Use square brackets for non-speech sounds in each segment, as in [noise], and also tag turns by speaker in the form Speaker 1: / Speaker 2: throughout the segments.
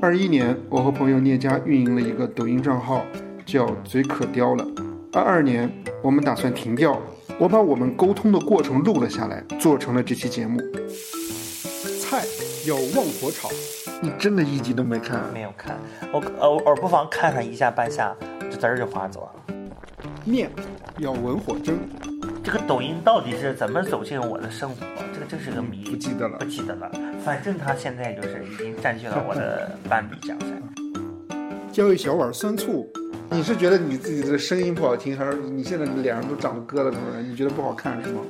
Speaker 1: 二一年，我和朋友聂佳运营了一个抖音账号，叫“嘴可刁了”。二二年，我们打算停掉，我把我们沟通的过程录了下来，做成了这期节目。
Speaker 2: 菜要旺火炒，
Speaker 1: 你真的一集都没看啊？
Speaker 3: 没有看，我偶尔不妨看上一下半下，就滋儿就划走了。
Speaker 2: 面要文火蒸，
Speaker 3: 这个抖音到底是怎么走进我的生活？这个真是个谜，
Speaker 1: 嗯不记得了
Speaker 3: 不记得了。反正它现在就是已经占据了
Speaker 1: [laughs]
Speaker 3: 我的半壁江山。
Speaker 2: 浇一小碗酸醋，
Speaker 1: 你是觉得你自己的声音不好听，还是你现在脸上都长了疙瘩什么的？你觉得不好看是吗？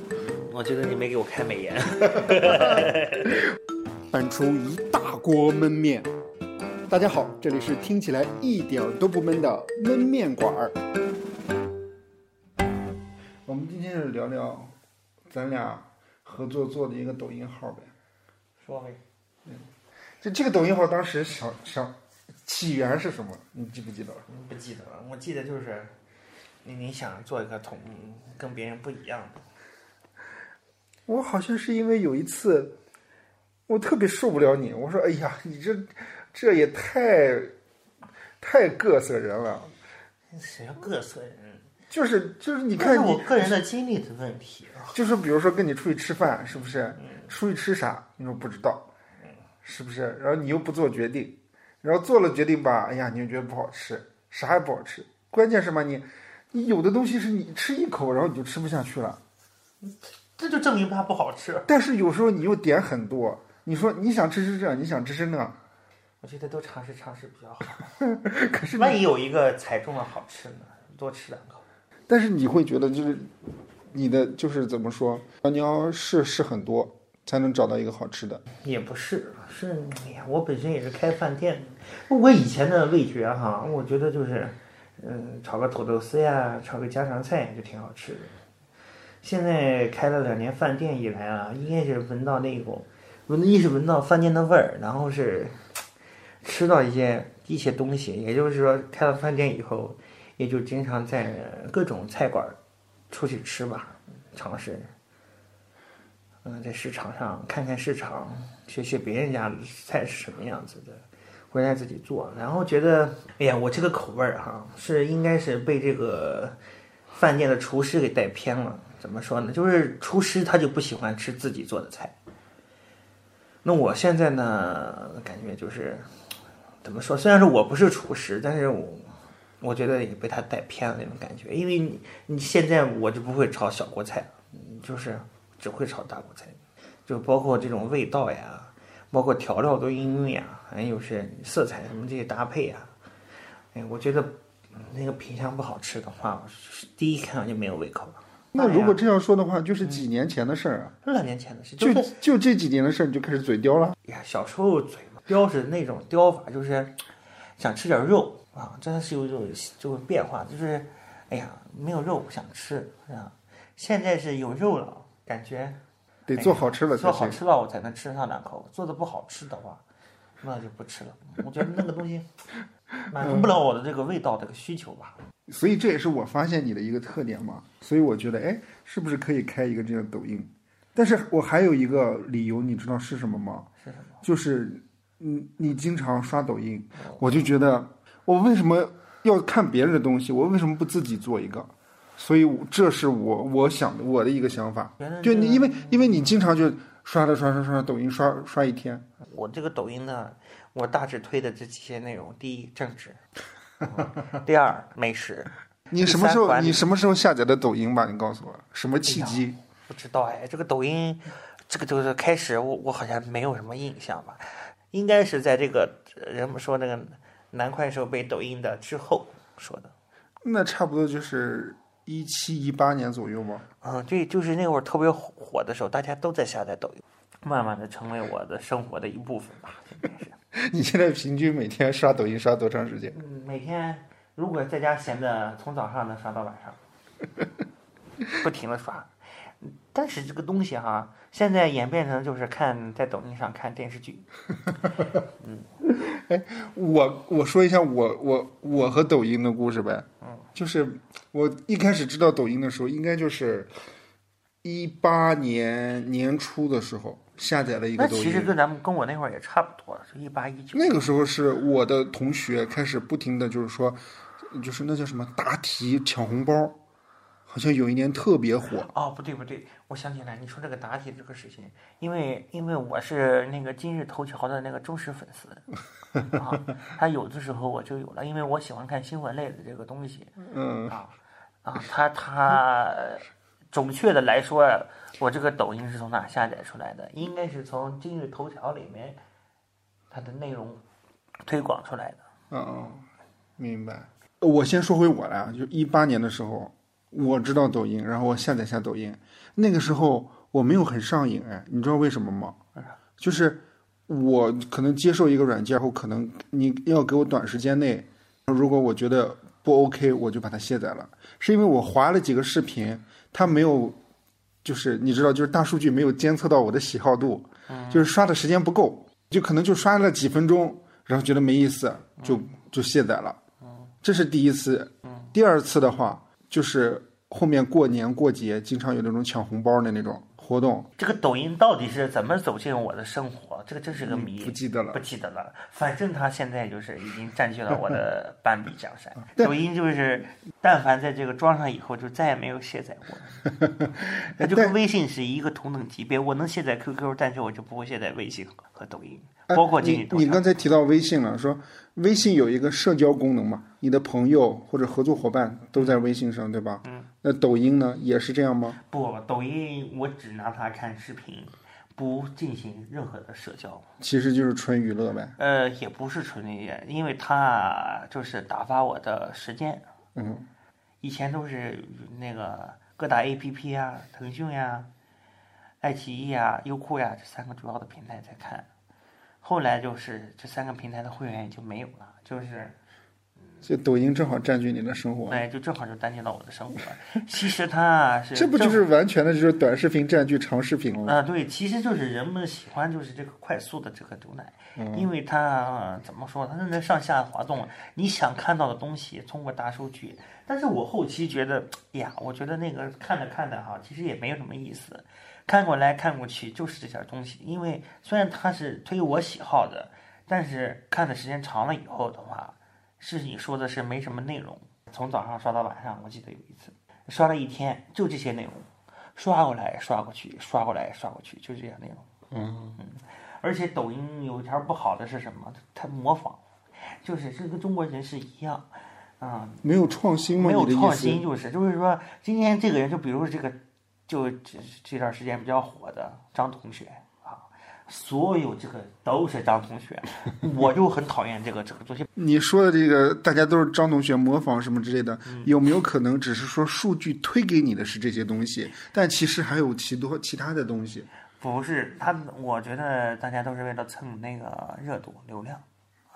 Speaker 3: 我觉得你没给我开美颜。
Speaker 2: 拌出一大锅焖面。大家好，这里是听起来一点儿都不闷的焖面馆儿。
Speaker 1: 我们今天是聊聊咱俩合作做的一个抖音号呗。
Speaker 3: [laughs] 说呗，
Speaker 1: 就这个抖音号当时想想起源是什么？你记不记得了？
Speaker 3: 不记得了。我记得就是你你想做一个同跟别人不一样的，
Speaker 1: 我好像是因为有一次，我特别受不了你，我说：“哎呀，你这这也太太各色人了。”
Speaker 3: 谁叫各色人？
Speaker 1: 就是就是，你
Speaker 3: 你
Speaker 1: 看你
Speaker 3: 我个人的经历的问题啊。
Speaker 1: 就是比如说跟你出去吃饭，是不是？出去吃啥？你说不知道，是不是？然后你又不做决定，然后做了决定吧，哎呀，你又觉得不好吃，啥也不好吃。关键是嘛，你你有的东西是你吃一口，然后你就吃不下去了。
Speaker 3: 这就证明它不好吃。
Speaker 1: 但是有时候你又点很多，你说你想吃吃这，你想吃吃那，
Speaker 3: 我觉得多尝试尝试比较 [laughs] 好。
Speaker 1: 可是
Speaker 3: 万一有一个踩中了好吃呢，多吃两口。
Speaker 1: 但是你会觉得就是你的就是怎么说，你要试试很多才能找到一个好吃的。
Speaker 3: 也不是，是哎呀，我本身也是开饭店的。我以前的味觉哈，我觉得就是，嗯，炒个土豆丝呀，炒个家常菜就挺好吃的。现在开了两年饭店以来啊，应该是闻到那股，闻一是闻到饭店的味儿，然后是吃到一些一些东西，也就是说开了饭店以后，也就经常在各种菜馆儿出去吃吧，尝试。嗯，在市场上看看市场，学学别人家菜是什么样子的，回来自己做，然后觉得，哎呀，我这个口味儿、哈，是应该是被这个饭店的厨师给带偏了。怎么说呢？就是厨师他就不喜欢吃自己做的菜。那我现在呢，感觉就是怎么说？虽然说我不是厨师，但是我我觉得也被他带偏了那种感觉。因为你你现在我就不会炒小锅菜了，嗯就是只会炒大锅菜，就包括这种味道呀，包括调料都应用呀，还有是色彩什么这些搭配呀，哎，我觉得嗯那个品相不好吃的话，我是第一看我就没有胃口了。
Speaker 1: 那如
Speaker 3: 哎呀
Speaker 1: 果这样说的话，就是几年前的事儿啊。
Speaker 3: 这两年前的事，
Speaker 1: 就
Speaker 3: 就是
Speaker 1: 就这几年的事儿，你就开始嘴刁了。
Speaker 3: 呀，小时候嘴嘛叼是那种叼法，就是想吃点肉啊，真的是有一种这种变化，就是哎呀，没有肉不想吃啊。现在是有肉了，感觉
Speaker 1: 得做好吃了才
Speaker 3: 哎做好
Speaker 1: 行。
Speaker 3: 吃了我才能吃上两口，做的不好吃的话，那就不吃了。我觉得那个
Speaker 1: [laughs]
Speaker 3: 东西满足不了我的这个味道这个需求吧。
Speaker 1: 所以这也是我发现你的一个特点嘛。所以我觉得，哎，是不是可以开一个这样的抖音？但是我还有一个理由，你知道是什么吗？
Speaker 3: 是什么？哦
Speaker 1: 就是你你经常刷抖音，我就觉得我为什么要看别人的东西，我为什么不自己做一个？所以这是我我想的我的一个想法。
Speaker 3: 原来
Speaker 1: 就你
Speaker 3: 这
Speaker 1: 因为因为你经常就刷着刷着刷着抖音刷刷一天，
Speaker 3: 我这个抖音呢，我大致推的这几些内容：第一，政治； [laughs] 嗯第二，美食。
Speaker 1: 你什么时
Speaker 3: 第三
Speaker 1: 候
Speaker 3: 管理
Speaker 1: 你什么时候下载的抖音吧？你告诉我什么契机？
Speaker 3: 不知道哎，这个抖音，这个就是开始我我好像没有什么印象吧，应该是在这个呃人们说那个南快手被抖音的之后说的。
Speaker 1: 那差不多就是一七一八年左右吧。 [laughs]
Speaker 3: 嗯，对，就是那会儿特别火火的时候，大家都在下载抖音，慢慢的成为我的生活的一部分吧，应该是。
Speaker 1: 你现在平均每天刷抖音刷多长时间？
Speaker 3: 嗯，每天如果在家闲的，从早上能刷到晚上，不停的刷。但是这个东西哈，现在演变成就是看在抖音上看电视剧，
Speaker 1: 我我说一下我我我和抖音的故事呗。嗯，就是我一开始知道抖音的时候，应该就是一八年年初的时候。下载了一
Speaker 3: 那
Speaker 1: 个抖
Speaker 3: 其实
Speaker 1: 音。
Speaker 3: 跟咱们跟我那会儿也差不多，是一八一九。
Speaker 1: 那个时候是我的同学开始不停的就是说，就是那叫什么答题抢红包，好像有一年特别火。
Speaker 3: 哦，不对不对，我想起来，你说这个答题这个事情，因为因为我是那个今日头条的那个忠实粉丝啊，他有的时候我就有了，因为我喜欢看新闻类的这个东西
Speaker 1: 嗯，
Speaker 3: 啊啊，
Speaker 1: [laughs]
Speaker 3: 他他准确的来说，我这个抖音是从哪下载出来的？应该是从今日头条里面它的内容推广出来的。
Speaker 1: 哦，明白。我先说回我来啊，就一八年的时候，我知道抖音，然后我下载下抖音。那个时候我没有很上瘾，哎，你知道为什么吗？就是我可能接受一个软件后，可能你要给我短时间内，如果我觉得不 OK，我就把它卸载了。是因为我划了几个视频，它没有，就是你知道，就是大数据没有监测到我的喜好度，就是刷的时间不够，就可能就刷了几分钟，然后觉得没意思，就
Speaker 3: 嗯
Speaker 1: 就卸载了。这是第一次，第二次的话就是后面过年过节经常有那种抢红包的那种活动，
Speaker 3: 这个抖音到底是怎么走进我的生活？这个真是个
Speaker 1: 嗯
Speaker 3: 谜，
Speaker 1: 不记得了
Speaker 3: 不。记得了。反正它现在就是已经占据了我的半壁江山。
Speaker 1: [laughs] 对
Speaker 3: 抖音就是，但凡在这个装上以后，就再也没有卸载过。
Speaker 1: [laughs]
Speaker 3: 它就跟微信是一个同等级别，我能卸载 QQ，但是我就不会卸载微信和抖音，
Speaker 1: 哎
Speaker 3: 包括今日
Speaker 1: 你
Speaker 3: 头
Speaker 1: 你
Speaker 3: 条。
Speaker 1: 刚才提到微信了，说微信有一个社交功能嘛，你的朋友或者合作伙伴都在微信上，对吧？嗯。那抖音呢，也是这样吗？
Speaker 3: 不，抖音我只拿它看视频，不进行任何的社交。
Speaker 1: 其实就是纯娱乐呗。
Speaker 3: 呃，也不是纯音乐，因为它就是打发我的时间。
Speaker 1: 嗯，
Speaker 3: 以前都是那个各大 APP 呀、啊腾讯呀、爱奇艺呀、优酷呀这三个主要的平台在看，后来就是这三个平台的会员也就没有了，就是
Speaker 1: 这抖音正好占据你的生活，
Speaker 3: 哎，就正好就占据到我的生活。其实它是
Speaker 1: 这不就
Speaker 3: 正
Speaker 1: 是完全的就是短视频占据长视频了吗？
Speaker 3: 啊、对，其实就是人们喜欢就是这个快速的这个浏览，因为它、呃怎么说，它是在上下滑动，你想看到的东西通过大数据。但是我后期觉得，哎呀，我觉得那个看着看着哈，其实也没有什么意思，看过来看过去就是这点东西。因为虽然它是推我喜好的，但是看的时间长了以后的话，是你说的是没什么内容，从早上刷到晚上，我记得有一次刷了一天，就这些内容。刷过来刷过去，刷过来刷过去，就这样内容。嗯，而且抖音有一条不好的是什么？它模仿，就是这跟中国人是一样，啊、
Speaker 1: 没有创新吗？
Speaker 3: 没有
Speaker 1: 你的意
Speaker 3: 创
Speaker 1: 思
Speaker 3: 新，就是就是说，今天这个人就比如说这个，就这这段时间比较火的张同学啊，所有这个都是张同学，我就很讨厌这个这个东西。
Speaker 1: 你说的这个，大家都是张同学模仿什么之类的，
Speaker 3: 嗯
Speaker 1: 有没有可能只是说数据推给你的是这些东西，但其实还有其多其他的东西？
Speaker 3: 不是他，我觉得大家都是为了蹭那个热度、流量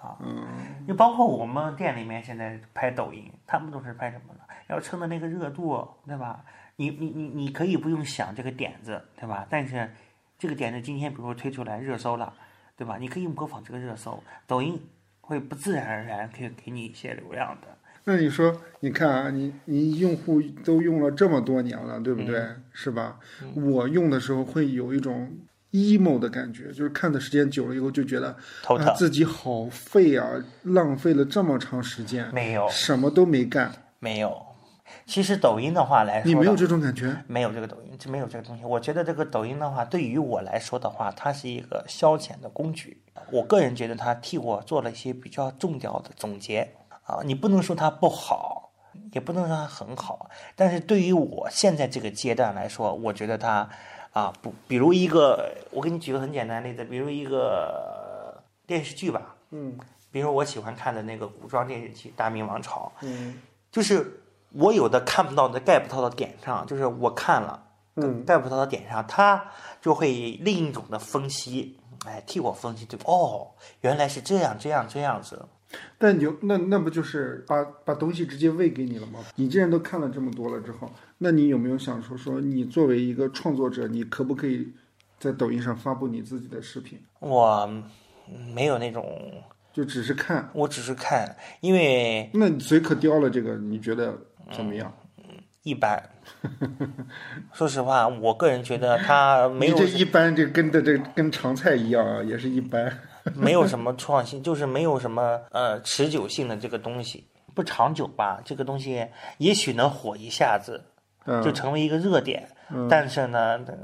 Speaker 3: 啊。嗯。就包括我们店里面现在拍抖音，他们都是拍什么呢？要蹭的那个热度，对吧？你你你你可以不用想这个点子，对吧？但是这个点子今天比如说推出来热搜了，对吧？你可以模仿这个热搜，抖音会不自然而然可以给你一些流量的。
Speaker 1: 那你说，你看啊，你你用户都用了这么多年了，对不对？
Speaker 3: 嗯
Speaker 1: 是吧？我用的时候会有一种 emo 的感觉，就是看的时间久了以后就觉得
Speaker 3: 头疼
Speaker 1: 啊、自己好废啊，浪费了这么长时间，
Speaker 3: 没有
Speaker 1: 什么都没干。
Speaker 3: 没有，其实抖音的话来说
Speaker 1: 你没
Speaker 3: 的
Speaker 1: 有
Speaker 3: 话
Speaker 1: 这种感觉？
Speaker 3: 没有这个抖音，就没有这个东西。我觉得这个抖音的话，对于我来说的话，它是一个消遣的工具。我个人觉得它替我做了一些比较重要的总结啊，你不能说它不好，也不能说它很好，但是对于我现在这个阶段来说，我觉得它啊，不，比如一个，我给你举个很简单的例子，比如一个呃电视剧吧，
Speaker 1: 嗯
Speaker 3: 比如我喜欢看的那个古装电视剧《大明王朝》，
Speaker 1: 嗯
Speaker 3: 就是我有的看不到的、get 不到的点上，就是我看了。
Speaker 1: 嗯，
Speaker 3: get 不到的点上，他就会以另一种的分析，哎，替我分析，对哦，原来是这样这样这样子，
Speaker 1: 但你就那那不就是把把东西直接喂给你了吗？你既然都看了这么多了之后，那你有没有想说说你作为一个创作者，你可不可以在抖音上发布你自己的视频？
Speaker 3: 我没有那种，
Speaker 1: 就只是看，
Speaker 3: 我只是看，因为
Speaker 1: 那你嘴可刁了，这个你觉得怎么样？
Speaker 3: 一般。 [laughs] 说实话，我个人觉得它嗯没
Speaker 1: 你
Speaker 3: 有
Speaker 1: 这一般，这跟的这跟常菜一样啊，也是一般。 [laughs]
Speaker 3: 没有什么创新，就是没有什么呃持久性的这个东西，不长久吧。这个东西也许能火一下子，就
Speaker 1: 嗯，
Speaker 3: 成为一个热点，但是呢，呃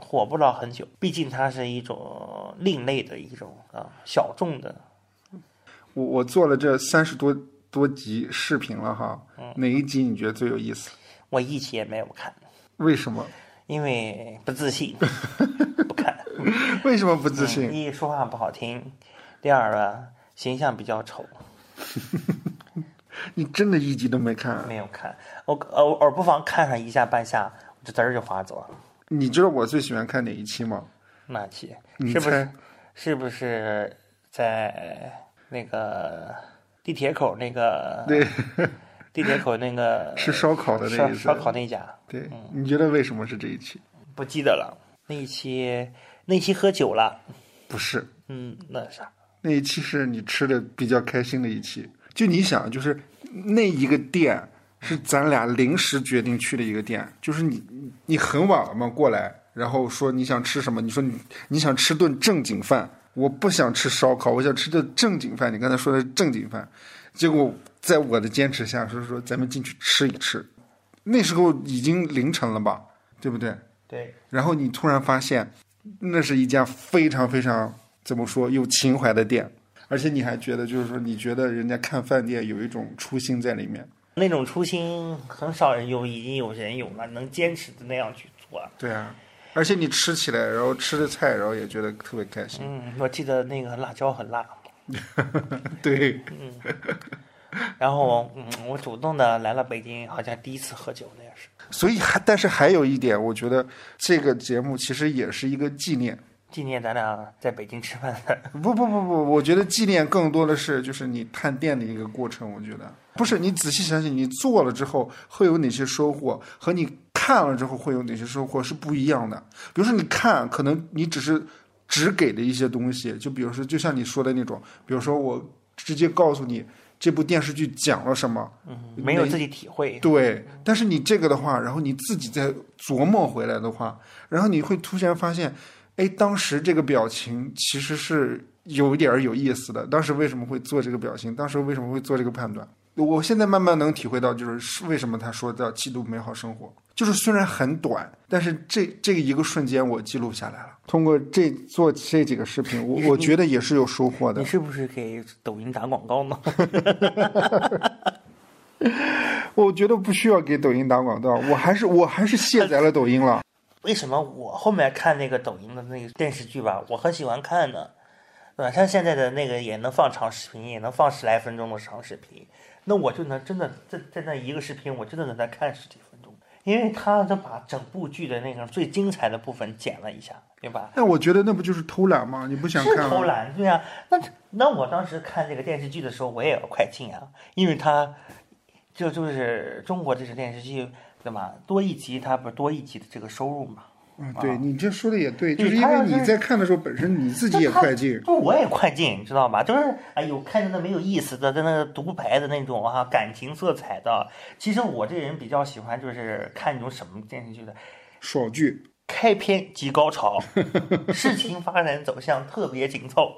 Speaker 3: 火不了很久。毕竟它是一种另类的一种啊、小众的。
Speaker 1: 我我做了这三十多多集视频了哈，
Speaker 3: 嗯
Speaker 1: 哪一集你觉得最有意思？
Speaker 3: 我一集也没有看，
Speaker 1: 为什么？
Speaker 3: 因为不自信，不看。
Speaker 1: 为什么不自信？
Speaker 3: 一说话不好听，第二呢形象比较丑，嗯
Speaker 1: 你真的一集都没看？啊
Speaker 3: 没有看。我偶尔不妨看上一下半下，我就嘚儿就划走了。
Speaker 1: 你知道我最喜欢看哪一期吗？
Speaker 3: 那期
Speaker 1: 你
Speaker 3: 是不是
Speaker 1: 猜？
Speaker 3: 是不是在那个地铁口那个
Speaker 1: 对，
Speaker 3: [laughs] 地铁口
Speaker 1: [laughs]
Speaker 3: 那个
Speaker 1: 吃烧烤的那
Speaker 3: 烧
Speaker 1: 一次
Speaker 3: 烧。烤那家？
Speaker 1: 对，你觉得为什么是这一期？
Speaker 3: 不记得了。那一期那一期喝酒了，
Speaker 1: 不是，
Speaker 3: 嗯，那啥，
Speaker 1: 那一期是你吃的比较开心的一期。就你想，就是那一个店是咱俩临时决定去的一个店，就是你你你很晚了嘛过来，然后说你想吃什么，你说你你想吃顿正经饭，我不想吃烧烤，我想吃顿正经饭。你刚才说的是正经饭，结果在我的坚持下，说说咱们进去吃一吃。那时候已经凌晨了吧，对不对？
Speaker 3: 对，
Speaker 1: 然后你突然发现，那是一家非常非常怎么说有情怀的店，而且你还觉得就是说，你觉得人家看饭店有一种初心在里面。
Speaker 3: 那种初心很少人有，已经有人有了，能坚持的那样去做。
Speaker 1: 对啊，而且你吃起来，然后吃的菜，然后也觉得特别开心。
Speaker 3: 嗯，我记得那个辣椒很辣，
Speaker 1: [laughs] 对，
Speaker 3: 然后嗯，我主动的来了北京，好像第一次喝酒那也是。
Speaker 1: 所以还但是还有一点，我觉得这个节目其实也是一个纪念。
Speaker 3: 纪念咱俩在北京吃饭的，
Speaker 1: [laughs] 不不不不，我觉得纪念更多的是就是你探店的一个过程。我觉得不是你仔细想想，你做了之后会有哪些收获，和你看了之后会有哪些收获是不一样的。比如说你看，可能你只是只给的一些东西，就比如说就像你说的那种，比如说我直接告诉你这部电视剧讲了什么，
Speaker 3: 嗯，没有自己体会。
Speaker 1: 对，但是你这个的话，然后你自己再琢磨回来的话，然后你会突然发现，哎，当时这个表情其实是有一点儿有意思的。当时为什么会做这个表情？当时为什么会做这个判断？我现在慢慢能体会到，就是是为什么他说叫记录美好生活，就是虽然很短，但是这这一个瞬间我记录下来了。通过这做这几个视频，我我觉得也是有收获的
Speaker 3: 你。是不是给抖音打广告呢？
Speaker 1: 我觉得不需要给抖音打广告，我还是我还是卸载了抖音了。
Speaker 3: [laughs] 为什么我后面看那个抖音的那个电视剧吧，我很喜欢看的，对吧？像现在的那个也能放长视频，也能放十来分钟的长视频，那我就能真的在在那一个视频，我真的能在看十几分钟，因为他就把整部剧的那个最精彩的部分剪了一下，对吧？
Speaker 1: 但哎我觉得那不就是偷懒吗？你不想
Speaker 3: 是
Speaker 1: 看啊
Speaker 3: 偷
Speaker 1: 吗？
Speaker 3: 懒，对呀、啊那那我当时看这个电视剧的时候，我也要快进啊，因为它就就是中国这个电视剧，对吧？多一集它不是多一集的这个收入嘛？
Speaker 1: 嗯，对你这说的也对，
Speaker 3: 对
Speaker 1: 就是因
Speaker 3: 他要
Speaker 1: 为
Speaker 3: 是
Speaker 1: 你在看的时候，本身你自己也快进。
Speaker 3: 就我也快进，你知道吧？就是哎呦，看着那没有意思的，在那个独白的那种哈、啊感情色彩的。其实我这人比较喜欢就是看那种什么电视剧的，
Speaker 1: 爽剧，
Speaker 3: 开篇即高
Speaker 1: [laughs]
Speaker 3: 潮，事情发展走向特别紧凑，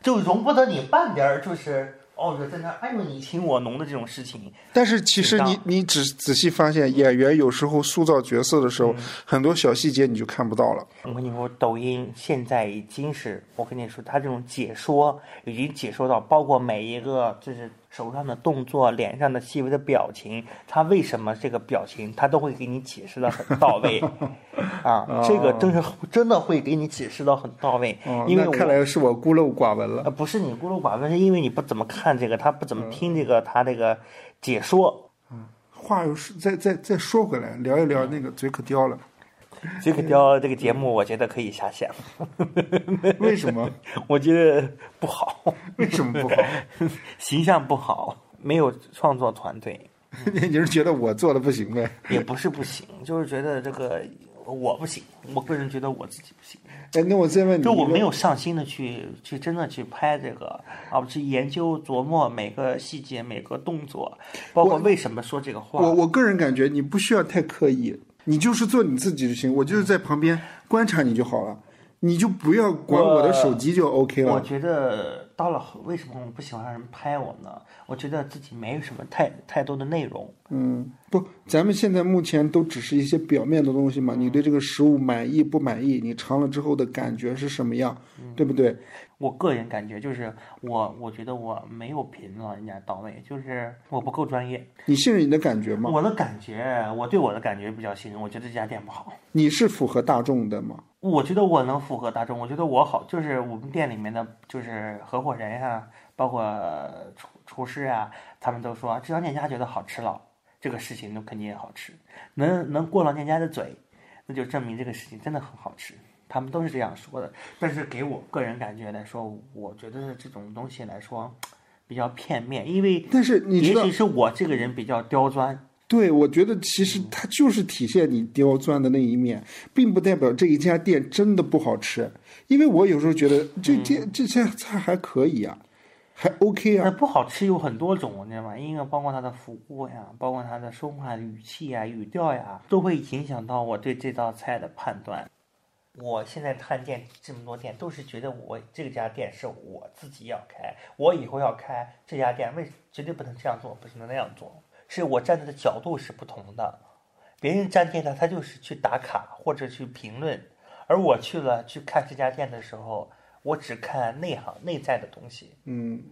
Speaker 3: 就容不得你半点儿就是哦，在那儿哎呦你情我浓的这种事情。
Speaker 1: 但是其实
Speaker 3: 紧
Speaker 1: 你
Speaker 3: 张
Speaker 1: 你只仔细发现，演员有时候塑造角色的时候，
Speaker 3: 嗯
Speaker 1: 很多小细节你就看不到了。
Speaker 3: 我跟你说，抖音现在已经是，我跟你说，它这种解说已经解说到，包括每一个就是手上的动作、脸上的细微的表情，它为什么这个表情，它都会给你解释的很到位啊。这个真是真的会给你解释到很到位，因
Speaker 1: 哦
Speaker 3: 为
Speaker 1: 那
Speaker 3: 我
Speaker 1: 看来是我孤陋寡闻了。
Speaker 3: 呃，不是你孤陋寡闻，是因为你不怎么看这个，他不怎
Speaker 1: 嗯
Speaker 3: 么听这个，他这个解说，
Speaker 1: 话又是再再再说回来，聊一聊那个嘴可刁了，
Speaker 3: 这
Speaker 1: 嗯
Speaker 3: 个雕这个节目，我觉得可以下线了，
Speaker 1: 为什么？ [laughs]
Speaker 3: 我觉得不好，
Speaker 1: 为什么不好？
Speaker 3: [laughs] 形象不好，没有创作团队，
Speaker 1: 你是觉得我做的不行呗？
Speaker 3: 也不是不行，就是觉得这个我不行，我个人觉得我自己不行，
Speaker 1: 哎，那我再问你，
Speaker 3: 就我没有上心的去去真的去拍这个，啊，去研究琢磨每个细节、每个动作，包括为什么说这个话。
Speaker 1: 我我个人感觉你不需要太刻意，你就是做你自己就行。我就是在旁边观察你就好了，你就不要管
Speaker 3: 我
Speaker 1: 我的手机就 OK
Speaker 3: 我
Speaker 1: 了。
Speaker 3: 觉得到了后为什么我不喜欢让人拍我呢？我觉得自己没有什么太太多的内容，
Speaker 1: 嗯，不，咱们现在目前都只是一些表面的东西嘛。你对这个食物满意不满意？你尝了之后的感觉是什么样，对不对？
Speaker 3: 我个人感觉就是我，我觉得我没有评论人家到位，就是我不够专业。
Speaker 1: 你信任你的感觉吗？
Speaker 3: 我的感觉，我对我的感觉比较信任，我觉得这家店不好。
Speaker 1: 你是符合大众的吗？
Speaker 3: 我觉得我能符合大众，我觉得我好，就是我们店里面的，就是合伙人呀、包括呃厨厨师啊，他们都说这家店家觉得好吃了，这个事情就肯定也好吃，能能过了店家的嘴，那就证明这个事情真的很好吃。他们都是这样说的，但是给我个人感觉来说，我觉得这种东西来说比较片面，因为
Speaker 1: 但是你知
Speaker 3: 也
Speaker 1: 道
Speaker 3: 许，是我这个人比较刁钻，
Speaker 1: 对，我觉得其
Speaker 3: 嗯
Speaker 1: 实它就是体现你刁钻的那一面，并不代表这一家店真的不好吃。因为我有时候觉得这
Speaker 3: 嗯
Speaker 1: 这这家菜还可以啊，还 OK
Speaker 3: 那
Speaker 1: 啊。
Speaker 3: 不好吃有很多种，你知道吗？因为包括他的服务呀，包括他的说话语气呀、语调呀，都会影响到我对这道菜的判断。我现在探店这么多店，都是觉得我这家店是我自己要开，我以后要开这家店，为绝对不能这样做，不能那样做，是我站的角度是不同的。别人站店呢，他就是去打卡或者去评论，而我去了去看这家店的时候，我只看内行内在的东西。
Speaker 1: 嗯，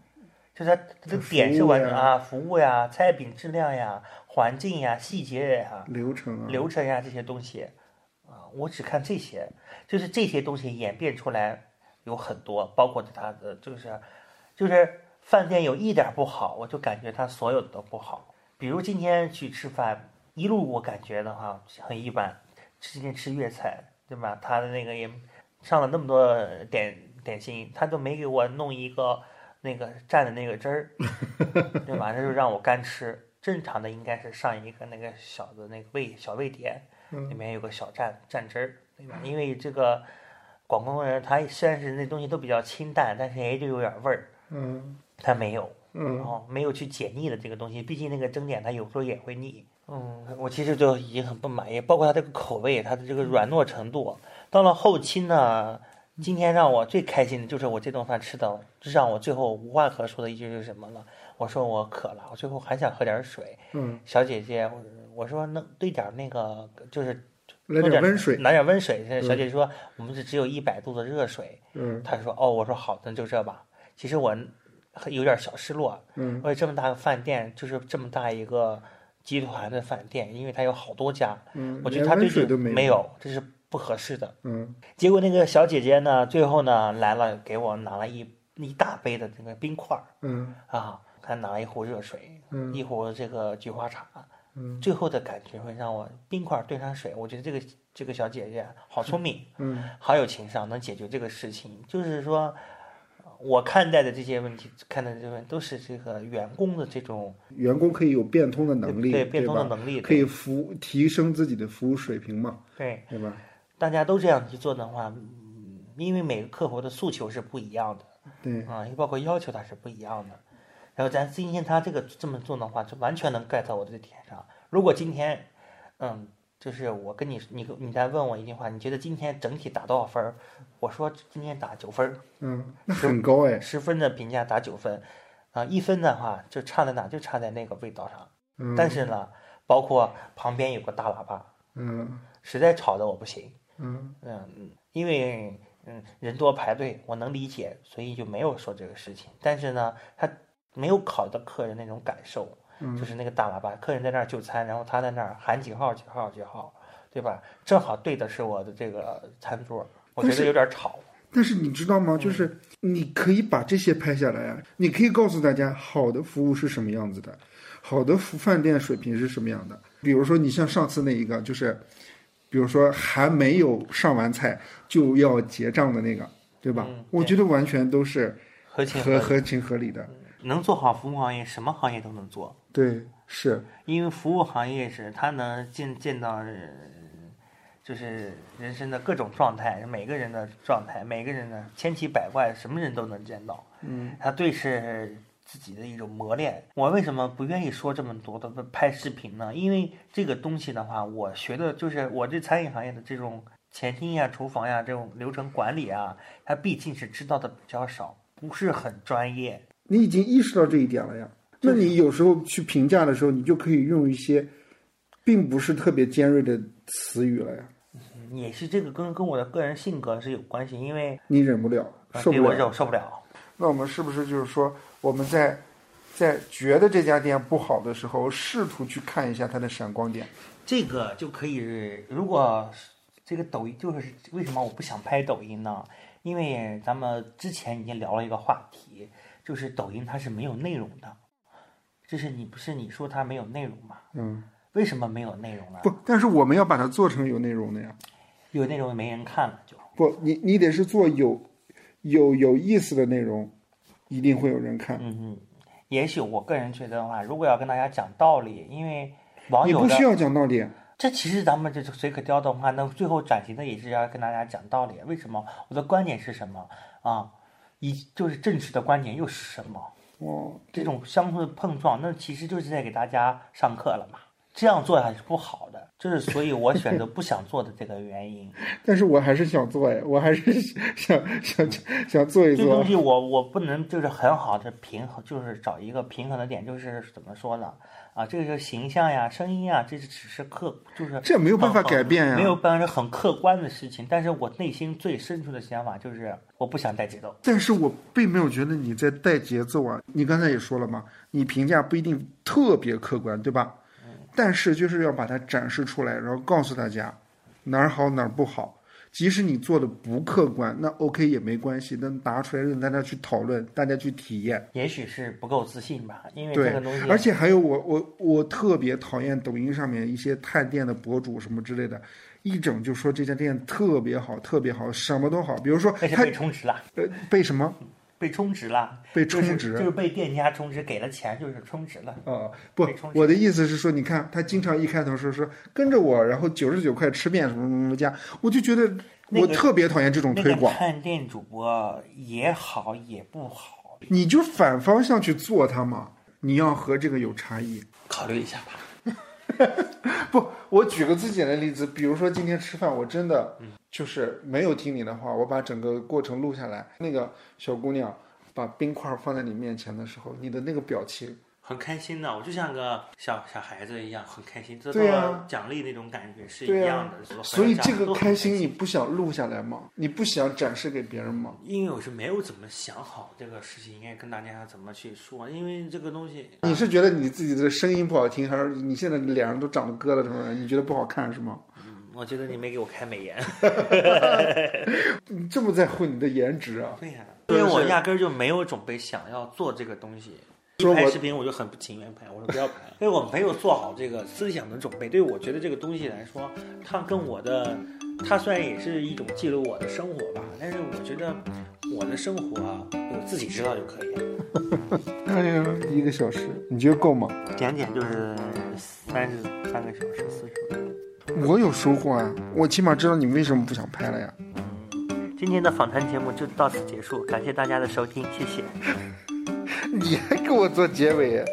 Speaker 3: 就是它它的点是完整啊，服务呀、菜品质量呀、环境呀、细节呀、
Speaker 1: 流程啊，
Speaker 3: 流程呀这些东西啊，我只看这些，就是这些东西演变出来有很多，包括它的就是就是饭店有一点儿不好，我就感觉它所有的都不好。比如今天去吃饭，一路我感觉的话很一般，今天吃粤菜对吧？他的那个也上了那么多点点心，他都没给我弄一个那个蘸的那个汁儿，对吧？他就让我干吃。正常的应该是上一个那个小的那个味小味碟，里面有个小蘸蘸汁儿，对吧？因为这个广东人他虽然是那东西都比较清淡，但是也就有点味儿，
Speaker 1: 嗯
Speaker 3: 他没有。
Speaker 1: 嗯，
Speaker 3: 哦，没有去解腻的这个东西，毕竟那个蒸点它有时候也会腻。嗯，我其实就已经很不满意，包括它这个口味，它的这个软糯程度。到了后期呢，今天让我最开心的就是我这顿饭吃的，让我最后无话可说的一句是什么了？我说我渴了，我最后还想喝点水。
Speaker 1: 嗯，
Speaker 3: 小姐姐，我我说那兑点那个就是
Speaker 1: 来
Speaker 3: 弄
Speaker 1: 点温水。
Speaker 3: 拿点温水。嗯小姐姐说我们是只有一百度的热水。
Speaker 1: 嗯
Speaker 3: 他说：“哦，我说好，那就这吧。”其实我很有点小失落，
Speaker 1: 嗯，
Speaker 3: 我说这么大个饭店，就是这么大一个集团的饭店，因为它有好多家，
Speaker 1: 嗯，
Speaker 3: 我觉
Speaker 1: 连
Speaker 3: 得他对
Speaker 1: 温
Speaker 3: 这
Speaker 1: 水都
Speaker 3: 没
Speaker 1: 有。
Speaker 3: 有，这是不合适的。
Speaker 1: 嗯
Speaker 3: 结果那个小姐姐呢，最后呢来了，给我拿了一一大杯的那个冰块儿
Speaker 1: 嗯
Speaker 3: 啊，还拿了一壶热水，
Speaker 1: 嗯
Speaker 3: 一壶这个菊花茶。
Speaker 1: 嗯
Speaker 3: 最后的感觉会让我冰块儿兑上水，我觉得这个这个小姐姐好聪明。
Speaker 1: 嗯
Speaker 3: 好有情商，能解决这个事情。就是说，我看待的这些问题，看待的这些问题都是这个员工的这种
Speaker 1: 员工可以有变通的
Speaker 3: 对
Speaker 1: 能力，对
Speaker 3: 对变通的
Speaker 1: 吧？
Speaker 3: 能力，
Speaker 1: 可以服务提升自己的服务水平嘛，
Speaker 3: 对
Speaker 1: 对吧？
Speaker 3: 大家都这样去做的话，嗯因为每个客户的诉求是不一样的
Speaker 1: 对，
Speaker 3: 啊，包括要求它是不一样的。然后咱今天他这个这么做的话，就完全能 get 到我的点上。如果今天，嗯，就是我跟你你你在问我一句话，你觉得今天整体打多少分儿？我说今天打九分儿。
Speaker 1: 嗯，那很高哎，
Speaker 3: 十分的评价打九分，啊、一分的话就差在哪？就差在那个味道上。
Speaker 1: 嗯
Speaker 3: 但是呢，包括旁边有个大喇叭，
Speaker 1: 嗯
Speaker 3: 实在吵得我不行。
Speaker 1: 嗯
Speaker 3: 嗯，因为嗯人多排队，我能理解，所以就没有说这个事情。但是呢，他没有考虑到客人那种感受，就
Speaker 1: 嗯
Speaker 3: 是那个大喇叭，客人在那儿就餐，然后他在那儿喊几号几号几号，对吧？正好对的是我的这个餐桌，我觉
Speaker 1: 但
Speaker 3: 得
Speaker 1: 是
Speaker 3: 有点吵。
Speaker 1: 但是你知道
Speaker 3: 嗯
Speaker 1: 吗？就是你可以把这些拍下来啊，你可以告诉大家好的服务是什么样子的，好的服饭店水平是什么样的。比如说你像上次那一个，就是比如说还没有上完菜就要结账的那个，对吧？
Speaker 3: 嗯
Speaker 1: 我觉得完全都是
Speaker 3: 合情合
Speaker 1: 合
Speaker 3: 理，嗯
Speaker 1: 合情合理的。
Speaker 3: 能做好服务行业，什么行业都能做。
Speaker 1: 对，是
Speaker 3: 因为服务行业是它能见见到，呃就是人生的各种状态，每个人的状态，每个人的千奇百怪，什么人都能见到。嗯，他对是自己的一种磨练。我为什么不愿意说这么多的拍视频呢？因为这个东西的话，我学的就是我对餐饮行业的这种前厅呀、厨房呀这种流程管理啊，他毕竟是知道的比较少，不是很专业。
Speaker 1: 你已经意识到这一点了呀。那你有时候去评价的时候，你就可以用一些并不是特别尖锐的词语了呀。
Speaker 3: 嗯也是这个跟跟我的个人性格是有关系，因为
Speaker 1: 你忍不了，
Speaker 3: 啊
Speaker 1: 受
Speaker 3: 对
Speaker 1: 不
Speaker 3: 我
Speaker 1: 了。
Speaker 3: 忍受不了。
Speaker 4: 那我们是不是就是说，我们在在觉得这家店不好的时候，试图去看一下它的闪光点？
Speaker 3: 这个就可以，如果是这个抖音就是为什么我不想拍抖音呢？因为咱们之前已经聊了一个话题，就是抖音它是没有内容的，就是你不是你说它没有内容吗？
Speaker 1: 嗯，
Speaker 3: 为什么没有内容呢？
Speaker 1: 不，但是我们要把它做成有内容的呀。
Speaker 3: 有内容没人看了就。
Speaker 1: 不，你你得是做有有有意思的内容，一定会有人看。
Speaker 3: 嗯嗯，也许我个人觉得的话，如果要跟大家讲道理，因为网
Speaker 1: 你
Speaker 3: 友
Speaker 1: 不
Speaker 3: 的
Speaker 1: 需要讲道理，
Speaker 3: 这其实咱们这水可雕的话，那最后转型的也是要跟大家讲道理。为什么？我的观点是什么啊？以就是正式的观点又是什么？
Speaker 1: 哦，
Speaker 3: 这种相互的碰撞，那其实就是在给大家上课了嘛。这样做还是不好的，这是所以我选择不想做的这个原因。
Speaker 1: 但是我还是想做哎，我还是 [laughs] 想想想想做一
Speaker 3: 这东
Speaker 1: 做。
Speaker 3: 西我我不能就是很好的平衡，就是找一个平衡的点，就是怎么说呢？啊，这个是形象呀、声音呀，这是只是客，就是
Speaker 1: 这没有办法
Speaker 3: 很
Speaker 1: 改变呀
Speaker 3: 没有办法是很客观的事情。但是我内心最深处的想法就是，我不想带节奏。
Speaker 1: 但是我并没有觉得你在带节奏啊。你刚才也说了嘛，你评价不一定特别客观，对吧？但是就是要把它展示出来，然后告诉大家哪儿好哪儿不好。即使你做的不客观，那 OK 也没关系，那拿出来让大家去讨论，大家去体验。
Speaker 3: 也许是不够自信吧，因为这
Speaker 1: 对
Speaker 3: 个东西，
Speaker 1: 而且还有我我我特别讨厌抖音上面一些探店的博主什么之类的，一整就说这家店特别好，特别好，什么都好。比如说
Speaker 3: 那是
Speaker 1: 他
Speaker 3: 被充值了，
Speaker 1: 呃被什么
Speaker 3: 被充值了，
Speaker 1: 被
Speaker 3: 就
Speaker 1: 充
Speaker 3: 是
Speaker 1: 值
Speaker 3: 就，是被店家充值，给了钱就是充值了。
Speaker 1: 啊，不
Speaker 3: 被充，值
Speaker 1: 我的意思是说，你看他经常一开头说说跟着我，然后九十九块吃遍什么什么什么家，我就觉得
Speaker 3: 那
Speaker 1: 我
Speaker 3: 个
Speaker 1: 特别讨厌这种
Speaker 3: 那
Speaker 1: 推
Speaker 3: 个
Speaker 1: 广。
Speaker 3: 探店主播也好也不好，
Speaker 1: 你就反方向去做它嘛，你要和这个有差异。
Speaker 3: 考虑一下吧。
Speaker 4: 不，我举个最简单的例子，比如说今天吃饭，我真的就是没有听你的话，我把整个过程录下来。那个小姑娘把冰块放在你面前的时候，你的那个表情，
Speaker 3: 很开心的，我就像个小小孩子一样，很开心，得
Speaker 4: 对
Speaker 1: 啊
Speaker 4: 呀
Speaker 3: 到奖励那种感觉是
Speaker 4: 对
Speaker 3: 一
Speaker 4: 呀
Speaker 3: 样的。我
Speaker 4: 所以
Speaker 3: 很
Speaker 4: 这
Speaker 3: 想
Speaker 4: 个
Speaker 3: 都很
Speaker 4: 开心你不想录下来吗？你不想展示给别人吗？
Speaker 3: 因为我是没有怎么想好这个事情应该跟大家怎么去说，因为这个东西
Speaker 1: 你是觉得你自己的声音不好听，还是你现在脸上都长了疙瘩什么的？你觉得不好看是吗？
Speaker 3: 嗯我觉得你没给我开美颜，
Speaker 1: 你这么在乎你的颜值啊？
Speaker 3: 对呀、因
Speaker 1: 对
Speaker 3: 为我
Speaker 1: 是
Speaker 3: 压根儿就没有准备想要做这个东西。一
Speaker 1: 说
Speaker 3: 拍
Speaker 1: 我
Speaker 3: 视频我就很不情愿拍，我说不要拍， [laughs] 因为我没有做好这个思想的准备。对我觉得这个东西来说，它跟我的，它虽然也是一种记录我的生活吧，但是我觉得我的生活啊，我自己知道就可以了。
Speaker 1: 哎呀，一个小时，你觉得够吗？
Speaker 3: 点点就是三十三个小时，四十分钟。
Speaker 1: 我有收获啊！我起码知道你为什么不想拍了呀。
Speaker 3: 今天的访谈节目就到此结束，感谢大家的收听，谢谢。
Speaker 1: 你还给我做结尾？